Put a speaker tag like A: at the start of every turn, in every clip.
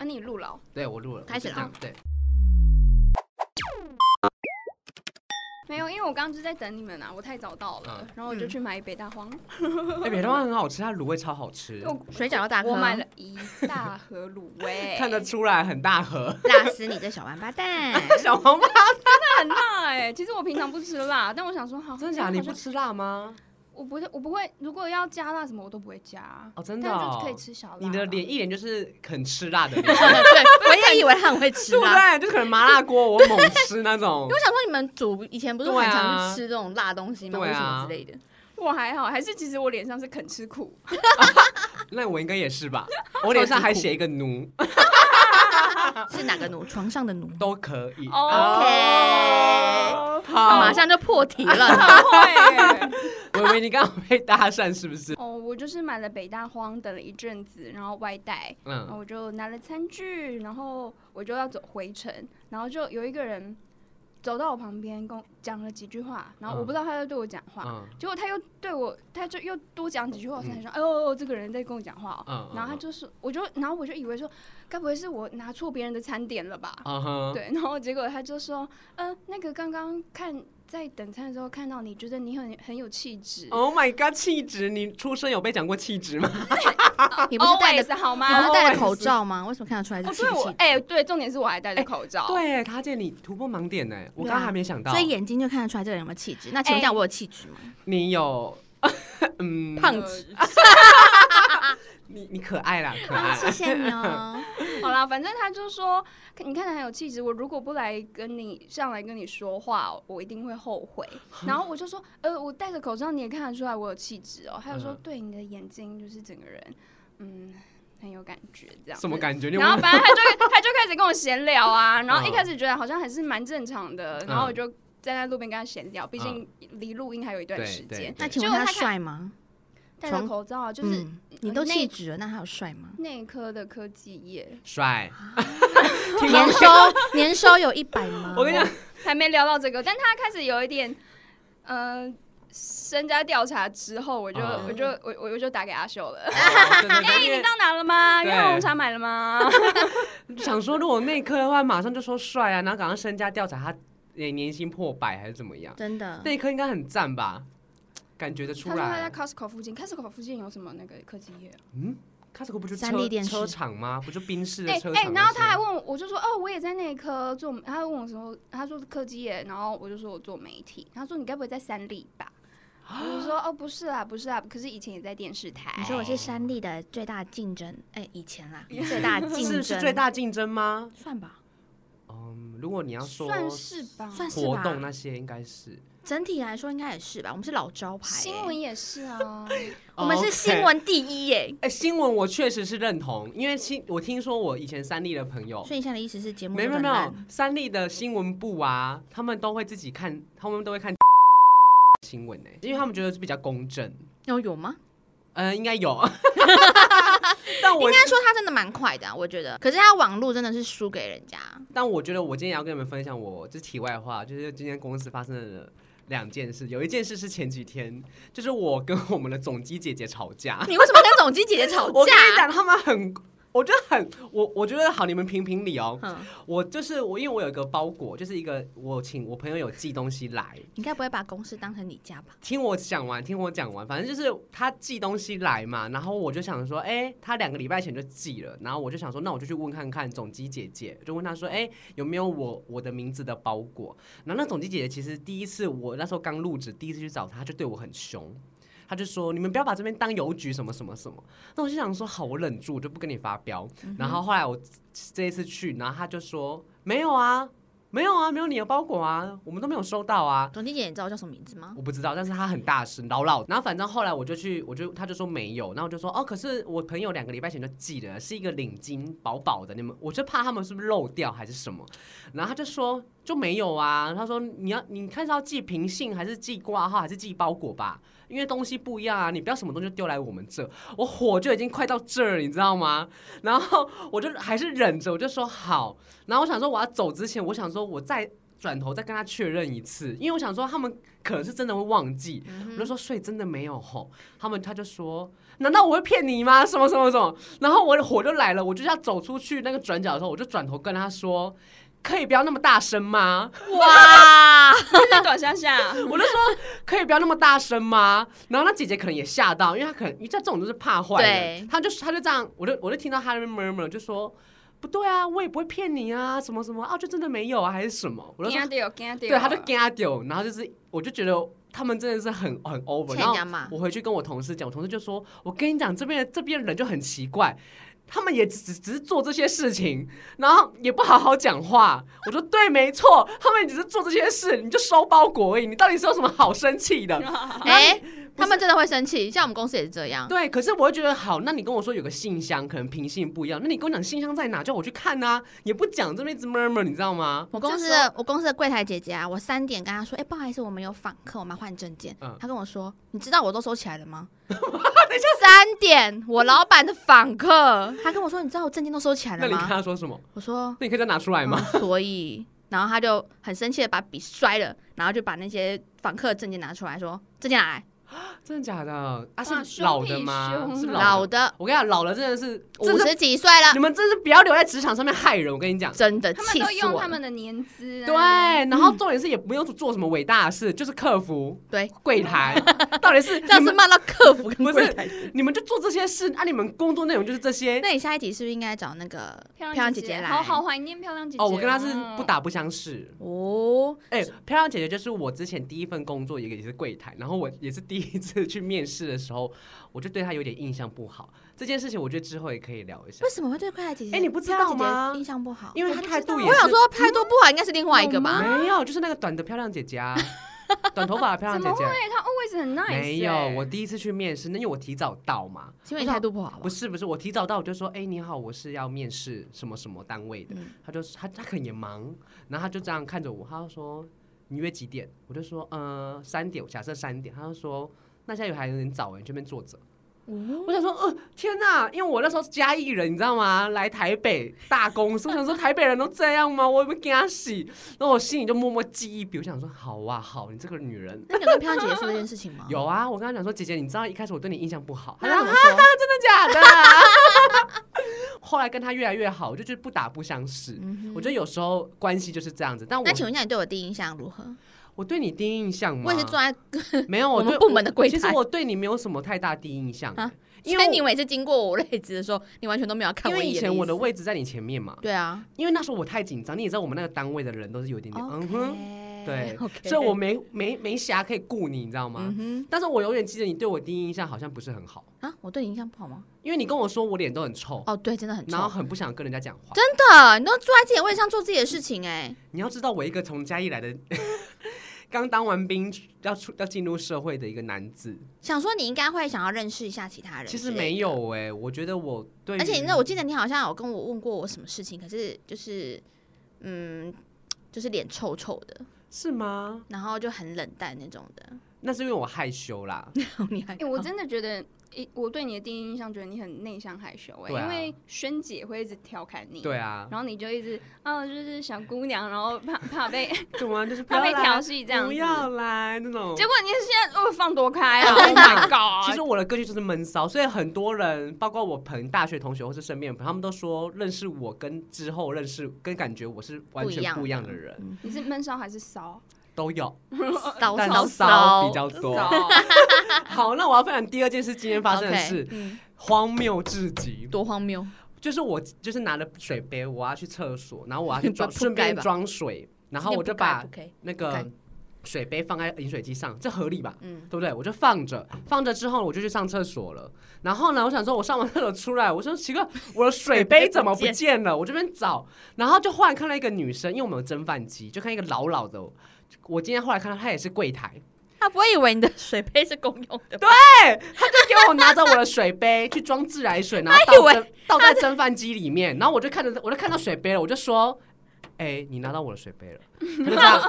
A: 啊，你录了哦、
B: 对我录了，
A: 开始
B: 我就这样
A: 了
B: 对，
A: 没有，因为我刚刚就在等你们啊，我太早到
B: 嗯
A: 了，然后我就去买北大荒，
B: 哎，北大荒很好吃，它卤味超好吃，
A: 我
C: 水饺要大颗，哦
A: 我买了一大盒 卤味，
B: 看得出来很大盒。
C: 辣死你这小王八蛋！
B: 小黄瓜，
A: 很辣哎、其实我平常不吃辣，但我想说好，
B: 真的假的？你
A: 好
B: 不
A: 像
B: 吃辣吗？
A: 我不是我不会，如果要加辣什么我都不会加，
B: 哦，真
A: 但
B: 的
A: 就是
B: 哦
A: 可以。吃小辣。啊
B: 你的脸一脸就是肯吃 辣的脸，
C: 对，我也以为他很会吃
B: 对不
C: 辣。
B: 对？就是可能麻辣锅我猛吃那种
C: 因为。我想说，你们煮以前不是
B: 对
C: 很
B: 啊
C: 常吃这种辣东西吗？
B: 对
C: 为什
B: 啊
C: 么之类的？
A: 我还好，还是其实我脸上是肯吃苦，
B: 那我应该也是吧？我脸上还 写一个奴，啊
C: 是哪个奴？床上的奴？
B: 都可 以。
A: 哦
B: 好，
C: 马上就破题了。
A: 很会、欸。
B: 微微，你刚刚被搭讪是不是？
A: 哦，我就是买了北大荒，等了一阵子，然后外带，然后
B: 嗯，
A: 我就拿了餐具，然后我就要走回程，然后就有一个人走到我旁边，跟我讲了几句话，然后我
B: 嗯
A: 不知道他在对我讲话，
B: 嗯
A: 结果他又对我，他就又多讲几句话，我才想，哎呦哎呦，这个人在跟我讲话哦。
B: 嗯
A: 然后他就是，我就，然后我就以为说，该不会是我拿错别人的餐点了吧？
B: 嗯 哼，
A: 对，然后结果他就说，嗯，那个刚刚看在等餐的时候看到你，觉得你很很有气质，
B: Oh my god，气质！你出生有被讲过气质吗？
C: 你不是戴着，
A: 着好吗？
C: 你不
B: 哦
C: 是戴着口
B: Always
C: 罩吗？为什么看得出来是
A: 哦，
C: 气
A: 对，我
C: 气？
A: 哎、对，重点是我还戴着
B: 哎
A: 口罩。
B: 对，卡姐，你突破盲点呢，我刚刚
A: 啊
B: 还没想到。
C: 所以眼睛就看得出来这个人有没有气质。那请问一
A: 哎
C: 下，我有气质吗？
B: 你有， 嗯，
C: 胖
A: 呃
C: 子。
B: 你你可爱 啦，可
A: 啊
B: 爱。
C: 谢谢你 哦。
A: 好啦，反正他就说，看你看他很有气质，我如果不来跟你上来跟你说话，我一定会后悔。然后我就说，呃，我戴着口罩你也看得出来我有气质哦。他就说，
B: 嗯
A: 对，你的眼睛就是整个人，嗯，很有感觉这样。
B: 什么？感觉？你有
A: 然
B: 没
A: 后
B: 有
A: 反正他就他就开始跟我闲聊啊，然后一
B: 嗯
A: 开始觉得好像还是蛮正常的，然后我
B: 嗯
A: 就站在路边跟他闲聊，毕竟离录音还有一段
B: 对
A: 时
B: 对
A: 间。
C: 那
B: 对
C: 请问
A: 结果
C: 他
A: 他看
C: 帅吗？
A: 戴着
C: 从
A: 口罩啊，就是
C: 嗯你都
A: 那
C: 气质了，那还有帅 吗？
A: 内科的科技业，
B: 帅？
A: 啊
B: 听到
C: 年
B: 没哦
C: 收年收有一百吗？
B: 我跟你讲，
A: 还没聊到这个，但他开始有一点，呃，身家调查之后，我就、
B: 嗯
A: 我就我我我就打给阿秀了。
B: 哦 对对
A: 哎、
B: 对因
A: 你
B: 为
A: 到哪了吗？
B: 对
A: 月红茶买了吗？
B: 想说，如果内科的话，马上就说帅啊，然后赶快身家调查他哎年年薪破百还是怎么样？
C: 真的，
B: 内科应该很赞吧？感觉得出
A: 嗯他说他在。
B: 来
A: Costco 附近，Costco 附近有什么那个科技业？
B: 嗯，Costco 不就车
C: 三 D 电视
B: 车厂吗？不就宾士
A: 哎
B: 的车
A: 哎、
B: 厂那些？
A: 然后他还问我，我就说哦，我也在内科做，他还问我什么，他说科技业，然后我就说我做媒体，他说你该不会在三立吧？
B: 啊
A: 我就说哦，不是啦，不是啦，可是以前也在电视台。
C: 你说我是山地的最大竞争，哎，以前啦，最大 竞
B: 是
C: 争
B: 是最大竞争吗？
C: 算吧，
B: 嗯，如果你要说
A: 算是
B: 嗯
A: 吧，
C: 算是
B: 活
C: 吧
B: 动那些，应该是
C: 整体来说应该也是吧，我们是老招牌，欸
A: 新闻，也是 啊，
C: 我们是
B: 哦 OK
C: 新闻第一耶。
B: 哎、新闻我确实是认同，因为新我听说我以前三立的朋友，
C: 所以你现在的意思是节目
B: 没有
C: 做
B: 没
C: 得
B: 有
C: 很
B: 没
C: 烂
B: 有，三立的新闻部啊，他们都会自己看，他们都会看新闻呢、欸因为他们觉得是比较公正。
C: 有哦有吗？
B: 呃，应该有， 但我
C: 应该说他真的蛮快的啊，我觉得。可是他网络真的是输给人家，啊
B: 但我觉得我今天也要跟你们分享我这题外话，就是今天公司发生的两件事，有一件事是前几天，就是我跟我们的总机姐姐吵架。
C: 你为什么跟总经姐姐 吵
B: 我跟你
C: 架？啊
B: 讲，他们很，我觉得很，我我觉得好，你们评评理哦。
C: 嗯，
B: 我就是我，因为我有一个包裹，就是一个我请我朋友有寄东西来，
C: 你该不会把公司当成你家吧？
B: 听我讲完，听我讲完，反正就是他寄东西来嘛，然后我就想说，哎、他两个礼拜前就寄了，然后我就想说，哦那我就去问看看总机姐姐，就问她说，哎、有没有我我的名字的包裹？然后那总机姐姐其实第一次我那时候刚入职，第一次去找她，她就对我很凶。她就说：“你们不要把这边当邮局什么什么什么。”那我就想说：“好，我忍住，我就不跟你发飙。然后后来我这一次去，然后她就说：“没有啊，没有啊，没有你的包裹啊，我们都没有收到啊。”
C: 总经姐，你知道我叫什么名字吗？
B: 我不知道，但是他很大声，老老。然后反正后来我就去，我就他就说没有，然后我就说哦，可是我朋友两个礼拜前就寄了，是一个领巾，薄薄的，你们我就怕他们是不是漏掉还是什么。然后他就说就没有啊，他说你要你看是要寄平信还是寄挂号还是寄包裹吧，因为东西不一样啊，你不要什么东西就丢来我们这，我火就已经快到这儿，你知道吗？然后我就还是忍着，我就说好。然后我想说我要走之前，我想说我再转头再跟他确认一次，因为我想说他们可能是真的会忘记，我就说所以真的没有吼。他们他就说，难道我会骗你吗？什么什么什么？然后我的火就来了，我就要走出去那个转角的时候，我就转头跟他说。可以不要那么大声吗？
C: 哇，
A: 那短啊想想，
B: 我就说可以不要那么大声吗？然后那姐姐可能也吓到，因为她可能因为这种就是怕坏
C: 对
B: 了，她就她就这样，我就我就听到她那边 murmur 就说不对啊，我也不会骗你啊，什么什么啊，就真的没有啊，还是什么？我就说
A: 惊掉惊掉，
B: 对，他就跟他丢，然后就是我就觉得他们真的是很很 over，然
C: 欠人
B: 后
C: 家骂
B: 我回去跟我同事讲，我同事就说，我跟你讲，这边的这边人就很奇怪。他们也只只只是做这些事情，然后也不好好讲话。我说对，没错，他们只是做这些事，你就收包裹而已。你到底是有什么好生气的？ 啊
C: 哎，他们真的会生气，像我们公司也是这样。
B: 对，可是我会觉得好，那你跟我说有个信箱，可能平信不一样，那你跟我讲信箱在哪，叫我去看啊，也不讲，这边一直 murmur，你知道吗？
C: 我公司的我公司的柜台姐姐啊，我三点跟她说，哎、不好意思，我们有访客，我们要换证件。
B: 嗯
C: 她跟我说，你知道我都收起来 了吗？三点，我老板的访客，她跟我说，你知道我证件都收起来
B: 那
C: 了
B: 你跟
C: 吗？
B: 他说什么？
C: 我说，
B: 那你可以再拿出来吗？
C: 嗯所以，然后她就很生气的把笔摔了，然后就把那些访客的证件拿出来说，证件来，
B: 真的假的？啊，
A: 哇
B: 是
A: 凶
B: 老
A: 屁
B: 的吗？
A: 凶
B: 是
A: 啊
B: 老
C: 老
B: 的。
C: 的
B: 我跟你讲，老了真的是，真
C: 五
B: 的，
C: 十几岁了
B: 你，们真是不要留在职场上面害人。我跟你讲，
C: 真的
A: 他们
C: 气
A: 都
C: 死
A: 用
C: 我
A: 他
C: 了。
A: 们的年资啊，
B: 对。然后重点是也没有做什么伟大的事，就是客服、
C: 嗯对，
B: 柜 台，到底是
C: 这样
B: 你
C: 是
B: 们
C: 骂到客服
B: 不
C: 跟
B: 是
C: 柜台。
B: 你们就做这些事，啊，你们工作内容就是这些。
C: 那你下一集是不是应该找那个
A: 漂
C: 亮
A: 亮
C: 姐
A: 姐
C: 姐来
A: 好好怀念漂亮姐姐
B: 哦，我跟她是不
A: 哦。
B: 打不相识。
C: 哦？
B: 哎、漂亮姐姐就是我之前第一份工作，也也是柜台，然后我也是第一次去面试的时候，我就对她有点印象不好。这件事情我觉得之后也可以聊一下
C: 为，什么会对快乐姐姐？
B: 哎你不知
C: 快乐
B: 道
C: 姐姐
B: 吗
C: 印象不好。
B: 因为她态度也
C: 我
B: 是
C: 想说态度不好，应该是另外一个吧？
B: 没有，就是那个短的漂亮姐姐 啊，短头发的漂亮姐姐。
A: 对她 always 很 nice，
B: 没有，
A: 欸
B: 我第一次去面试，那因为我提早到嘛。
C: 是因为你态度不好吧
B: 不？是不是，我提早到，我就说，哎、你好，我是要面试什么什么单位的。
C: 嗯
B: 他就他他可能也忙，然后他就这样看着我，他就说你约几点？我就说呃三点，假设三点。他就说那现在还有点早哎，你这边坐着。我想说，呃，天哪！因为我那时候是嘉义人，你知道吗？来台北大公 司，我想说台北人都这样吗？我也不给他洗。然后我心里就默默记一笔，我想说，好哇、好，你这个女人。
C: 那你有跟漂亮姐姐说这件事情吗？
B: 有啊，我跟他讲说，姐姐，你知道一开始我对你印象不 好，他
C: 那
B: 说
C: 她
B: 啊
C: 怎么说？
B: 真的假的？ 后来跟他越来越好，我就觉得不打不相识。我觉得有时候关系就是这样子。但我
C: 嗯那请问一下，你对我第一印象如何？
B: 我对你第一印象吗？
C: 我也是坐在，
B: 没有，
C: 我们
B: 对
C: 部门的柜台
B: 其实我对你没有什么太大第一印象，
C: 啊
B: 因
C: 因
B: 为
C: 为
B: 我
C: 你每次经过我位置的时候，你完全都没有看
B: 因
C: 我
B: 为
C: 一
B: 以
C: 眼意思。
B: 前我的位置在你前面嘛，
C: 对啊
B: 因为那时候我太紧张，你也知道我们那个单位的人都是有一点点嗯哼，
C: 哦，OK，
B: 对
C: OK
B: 所以我没没没暇可以顾你，你知道吗？
C: 嗯
B: 但是我永远记得你对我第一印象好像不是很好，
C: 哼啊，我对你印象不好吗？
B: 因为你跟我说我脸都很臭，
C: 哦，对，真的很
B: 然后
C: 臭，
B: 很不想跟人家讲话。
C: 真的，你都坐在自己的位置上做自己的事情，哎，
B: 你要知道，我一个从嘉义来的， 刚当完兵要出要进入社会的一个男子，
C: 想说你应该会想要认识一下其他人之
B: 其
C: 类的。
B: 实没有哎、我觉得我对于，
C: 而且那我记得你好像有跟我问过我什么事情，可是就是嗯，就是脸臭臭的，
B: 是吗？
C: 然后就很冷淡那种的。
B: 那是因为我害羞啦。
C: 你还、
A: 哎我真的觉得，一我对你的第一印象觉得你很内向害羞哎、
B: 对啊
A: 因为萱姐会一直调侃你，
B: 对 啊，
A: 然后你就一直，啊，就是小姑娘，然后怕怕 被
B: 干嘛就是不
A: 怕
B: 要
A: 被调
B: 来，
A: 戏这样
B: 不
A: 子。
B: 要来那种
A: 结。果你现在哦放多开啊
B: Oh
A: ！Oh
B: my
A: my
B: 其
A: god！
B: 实我的个性就是闷骚，所以很多人，包括我朋大学同学或是身边的朋友，他们都说认识我跟之后认识跟感觉我是完全不
C: 不
B: 一
C: 一
B: 样
C: 样
B: 的
C: 的
B: 人，
A: 你是闷骚还是骚？
B: 都有，
C: 骚
B: 但
C: 骚
B: 骚比较多。
A: 骚，
B: 好，那我要分享第二件事，今天发生的
C: OK，
B: 事
C: 嗯
B: 荒谬至极。
C: 多荒谬！
B: 就是我就是拿了水杯，我要去厕所，然后我要去装，
C: 不
B: 顺便
C: 不该吧
B: 装水，然后我就
C: 今天
B: 把
C: 不该不该
B: 那个
C: 不
B: 水杯放在饮水机上，这合理吧？
C: 嗯，
B: 对不对？我就放着，放着之后我就去上厕所了。然后呢，我想说，我上完厕所出来，我说奇怪，我的水杯怎么不见了？我这边找，然后就忽然看到一个女生，因为我们有蒸饭机，就看一个老老的。我今天后来看到她也是柜台，
C: 他不会以为你的 水杯是公用的吧，
B: 给我拿着我的水杯去装自来水，然后
C: 以
B: 倒
C: 为
B: 蒸倒在蒸饭机里面，然后我就看着我就看到水杯了，我就说：“哎、你拿到我的水杯了。”他就这样，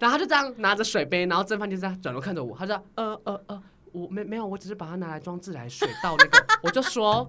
B: 然后他就这样拿着水杯，然后蒸饭机这样转头看着我，他就这样呃呃呃，我没没有，我只是把它拿来装自来水倒那个，我就说。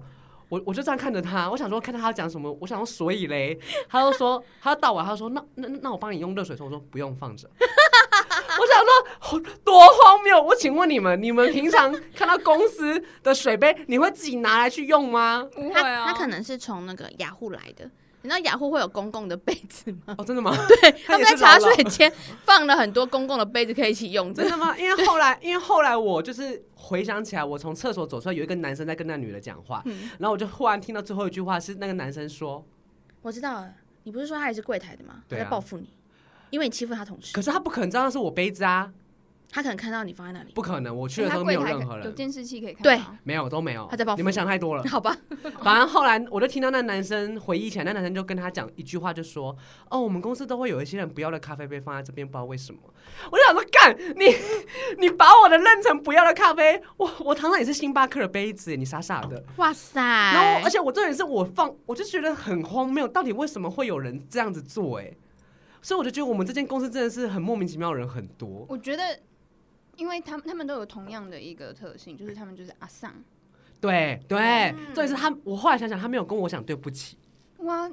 B: 我我就这样看着他，我想说看他要讲什么，我想说所以嘞，他就说他倒完，他说那那那那我帮你用热水冲，我说不用放着。我想说好多荒谬！我请问你们，你们平常看到公司的水杯，你会自己拿来去用 吗？
A: 不会
C: 他
A: 啊，
C: 他可能是从那个雅虎来的。你知道雅虎会有公共的杯子 吗？
B: 哦，真的吗？
C: 对，
B: 他
C: 他
B: 也
C: 们
B: 是
C: 在茶
B: 老老
C: 水间放了很多公共的杯子可以一起用 的
B: 真。的吗？因为后来，因为后来我就是回想起来，我从厕所走出来，有一个男生在跟那女的讲话，
C: 嗯
B: 然后我就忽然听到最后一句话是那个男生说，
C: 我知道了，你不是说他也是柜台的吗？他
B: 对啊
C: 在报复你，因为你欺负他同事
B: 可，是他不可能知道那是我杯子啊，
C: 他可能看到你放在那里。
B: 不可能，我去
C: 哎
B: 的时
A: 他
B: 候没
A: 柜
B: 有
A: 台
B: 任何
A: 可有
B: 人，
A: 监视器可以看
C: 对
A: 到。
B: 没有都没有，
C: 他在报复
B: 你们想太多了。
C: 好吧，
B: 反正后来我就听到那男生回忆起来，那男生就跟他讲一句话，就说：“哦，我们公司都会有一些人不要的咖啡杯放在这边，不知道为什么。”我就想说，干你， 你把我的认成不要的咖啡，我我堂堂也是星巴克的杯子，你傻傻的。
C: 哇塞！
B: 然后，而
C: 且
B: 且我重点是我放，我就觉得很荒谬，到底为什么会有人这样子做、哎，所以我就觉得我们这间公司真的是很莫名其妙的人很多。
A: 我觉得，因为他们他们都有同样的一个特性，就是他们就是阿丧。
B: 对对，
A: 嗯
B: 重点是他，我后来想想，他没有跟我讲对不起，
A: 哇，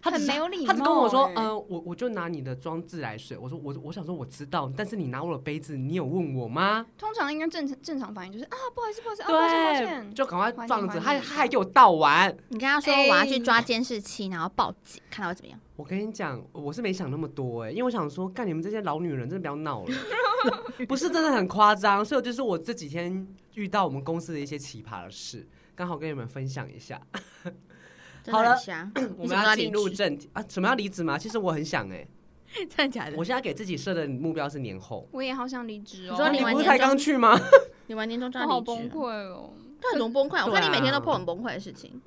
B: 他只
A: 很
B: 是
A: 没有礼貌、
B: 他只跟我说
A: 哎：“
B: 嗯、我我就拿你的装自来水。”我说：“我我想说我知道，但是你拿我的杯子，你有问我吗
A: 通常应该正常正常反应就是啊，不好意思，不好意思，？”啊，抱歉，抱
B: 对，
A: 歉。
B: 就赶快
A: 还你
B: 放着，
A: 还你
B: 他他还给我倒完。
C: 你跟他说
A: 哎
C: 我要去抓监视器，然后报警，看他会怎么样。
B: 我跟你讲，我是没想那么多哎、因为我想说，干你们这些老女人真的不要闹 了， 不是真的很夸张。所以我就是我这几天遇到我们公司的一些奇葩的事，刚好跟你们分享一
A: 啊
B: 下。
C: 真
B: 好
C: 的
B: 了
C: 很瞎，
B: 我们
C: 你怎么要
B: 要
C: 离
B: 进入
C: 职
B: 正题啊？什么要离职吗？其实我很想哎、
C: 真的假的
B: 我？现在给自己设的目标是年后。
A: 我也好想离职哦。
C: 你说
B: 那
C: 你
B: 你
C: 完
B: 不是
C: 全
B: 才刚去吗？
C: 你玩年终抓
A: 我
C: 离
A: 好
C: 职
A: 崩
C: 了，
A: 溃哦。
C: 对，很多崩溃。我看
B: 对啊
C: 你每天都破很崩溃的事情，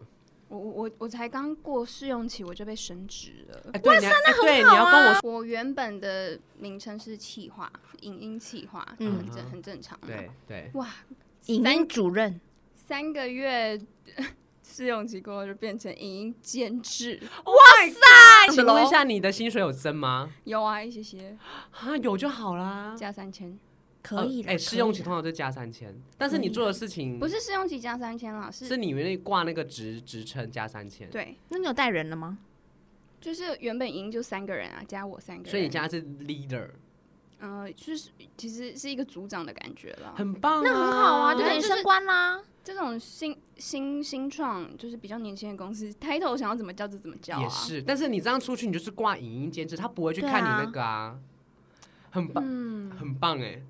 A: 我我我才刚过试用期，我就被升职了。
B: 哎对，你要哎对，你
C: 好
B: 要跟我
A: 我原本的名称是企划，影音企划，
C: 嗯
A: 很正很正常嘛。
B: 对对，
A: 哇，
C: 影音主任
A: 三个月 试用期过后就变成影音监制，
B: 请问一下，你的薪水有增吗？
A: 有啊，一些些
B: 啊，有就好啦。
A: 加三千，
C: 可以
B: 呃
C: 了。
B: 哎，
C: 可
B: 试
C: 以
B: 用期
C: 啦
B: 通常就加三千，但是你做的事情
A: 不是试用期加三千啦，
B: 是
A: 是
B: 你那挂那个职职称加三千，
A: 对，
C: 那你有带人了吗？
A: 就是原本影音就三个人啊，加我三个人，
B: 所以你现在是 leader，
A: 嗯、就是其实是一个组长的感觉了。
B: 很棒，哎
C: 那很好啊，就等
A: 哦对
C: 于
A: 就是
C: 升官啦。
A: 这种新新新创就是比较年轻的公司，抬头想要怎么叫就怎么叫啊。
B: 也是。但是你这样出去，你就是挂影音监制，他不会去
C: 对
B: 看你
C: 啊
B: 那个啊，很棒，
A: 嗯，
B: 很棒哎。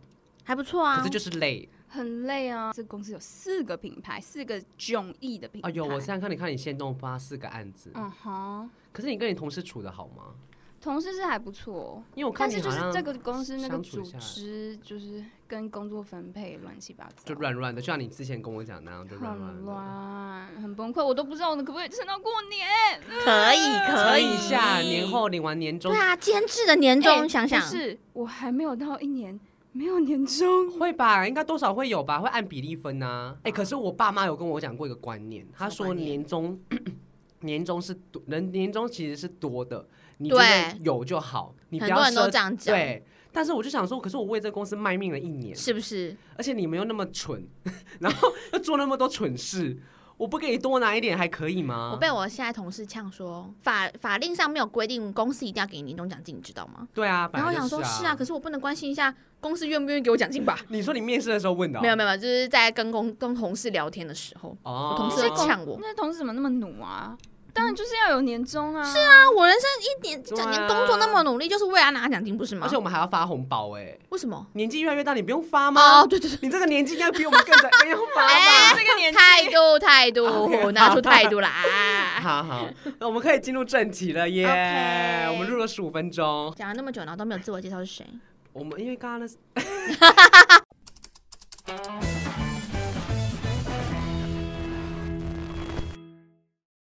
C: 还不错啊，
B: 可是就是累。
A: 很累啊。这公司有四个品牌，四个迥异的品牌。
B: 哎呦，我现在看你看你先动发四个案子，
A: 嗯哼，
B: 可是你跟你同事处的好吗？
A: 同事是还不错，哦
B: 因为我看
A: 但
B: 你
A: 是就
B: 好
A: 是
B: 像
A: 这个公司那个
B: 相处
A: 组
B: 下来
A: 织，就是跟工作分配乱七八糟，
B: 就乱乱的，就像你之前跟我讲那样，就乱
A: 很
B: 乱的。
A: 乱，很崩溃。我都不知道我可不可以撑到过年。
C: 可以可
B: 撑
C: 以
B: 一下年后领完年终
C: 对啊，监制的年终、
A: 哎
C: 想想
A: 不是，我还没有到一年，没有年终。
B: 会吧，应该多少会有吧，会按比例分呐、哎、可是我爸妈有跟我讲过一个观念，他
C: 什
B: 说
C: 么观念
B: 年终年终是多，人年终其实是多的，你觉
C: 对
B: 得有就好，你不
C: 很
B: 要
C: 多人都
B: 奢
C: 这样讲，
B: 对。但是我就想说，可是我为这个公司卖命了一年，
C: 是不是？
B: 而且你们又那么蠢，然后又做那么多蠢事，我不给你多拿一点还可以吗
C: 我？被我现在同事呛说，法法令上没有规定公司一定要给你年终奖金，你知道吗？
B: 对啊，
C: 然后我想说，
B: 本来就是是
C: 啊，可是我不能关心一下公司愿不愿意给我奖金吧？
B: 你说你面试的时候问的哦、
C: 没有没有，没有就是在跟公跟同事聊天的时候，
B: 哦，
C: 我同事
A: 是公
C: 呛我
A: 那同事怎么那么努啊？当然就是要有年终啊。是
C: 啊，我人生一年
B: 对
C: 整
B: 啊
C: 年工作那么努力，就是为了拿奖金，不是吗
B: 而且？我们还要发红包哎、
C: 为什么？
B: 年纪越来越大，你不用发吗？
C: 哦，对对对，
B: 你这个年纪应该比我们更早 更要发吧？
A: 这个年纪
C: 态度态
B: OK，
C: 度，拿
B: 好
C: 出态度来。
B: 好好，那我们可以进入正题了耶
C: OK
B: 我们录了十五分钟，
C: 讲了那么久，然后都没有自我介绍是谁？
B: 我们因为刚刚那是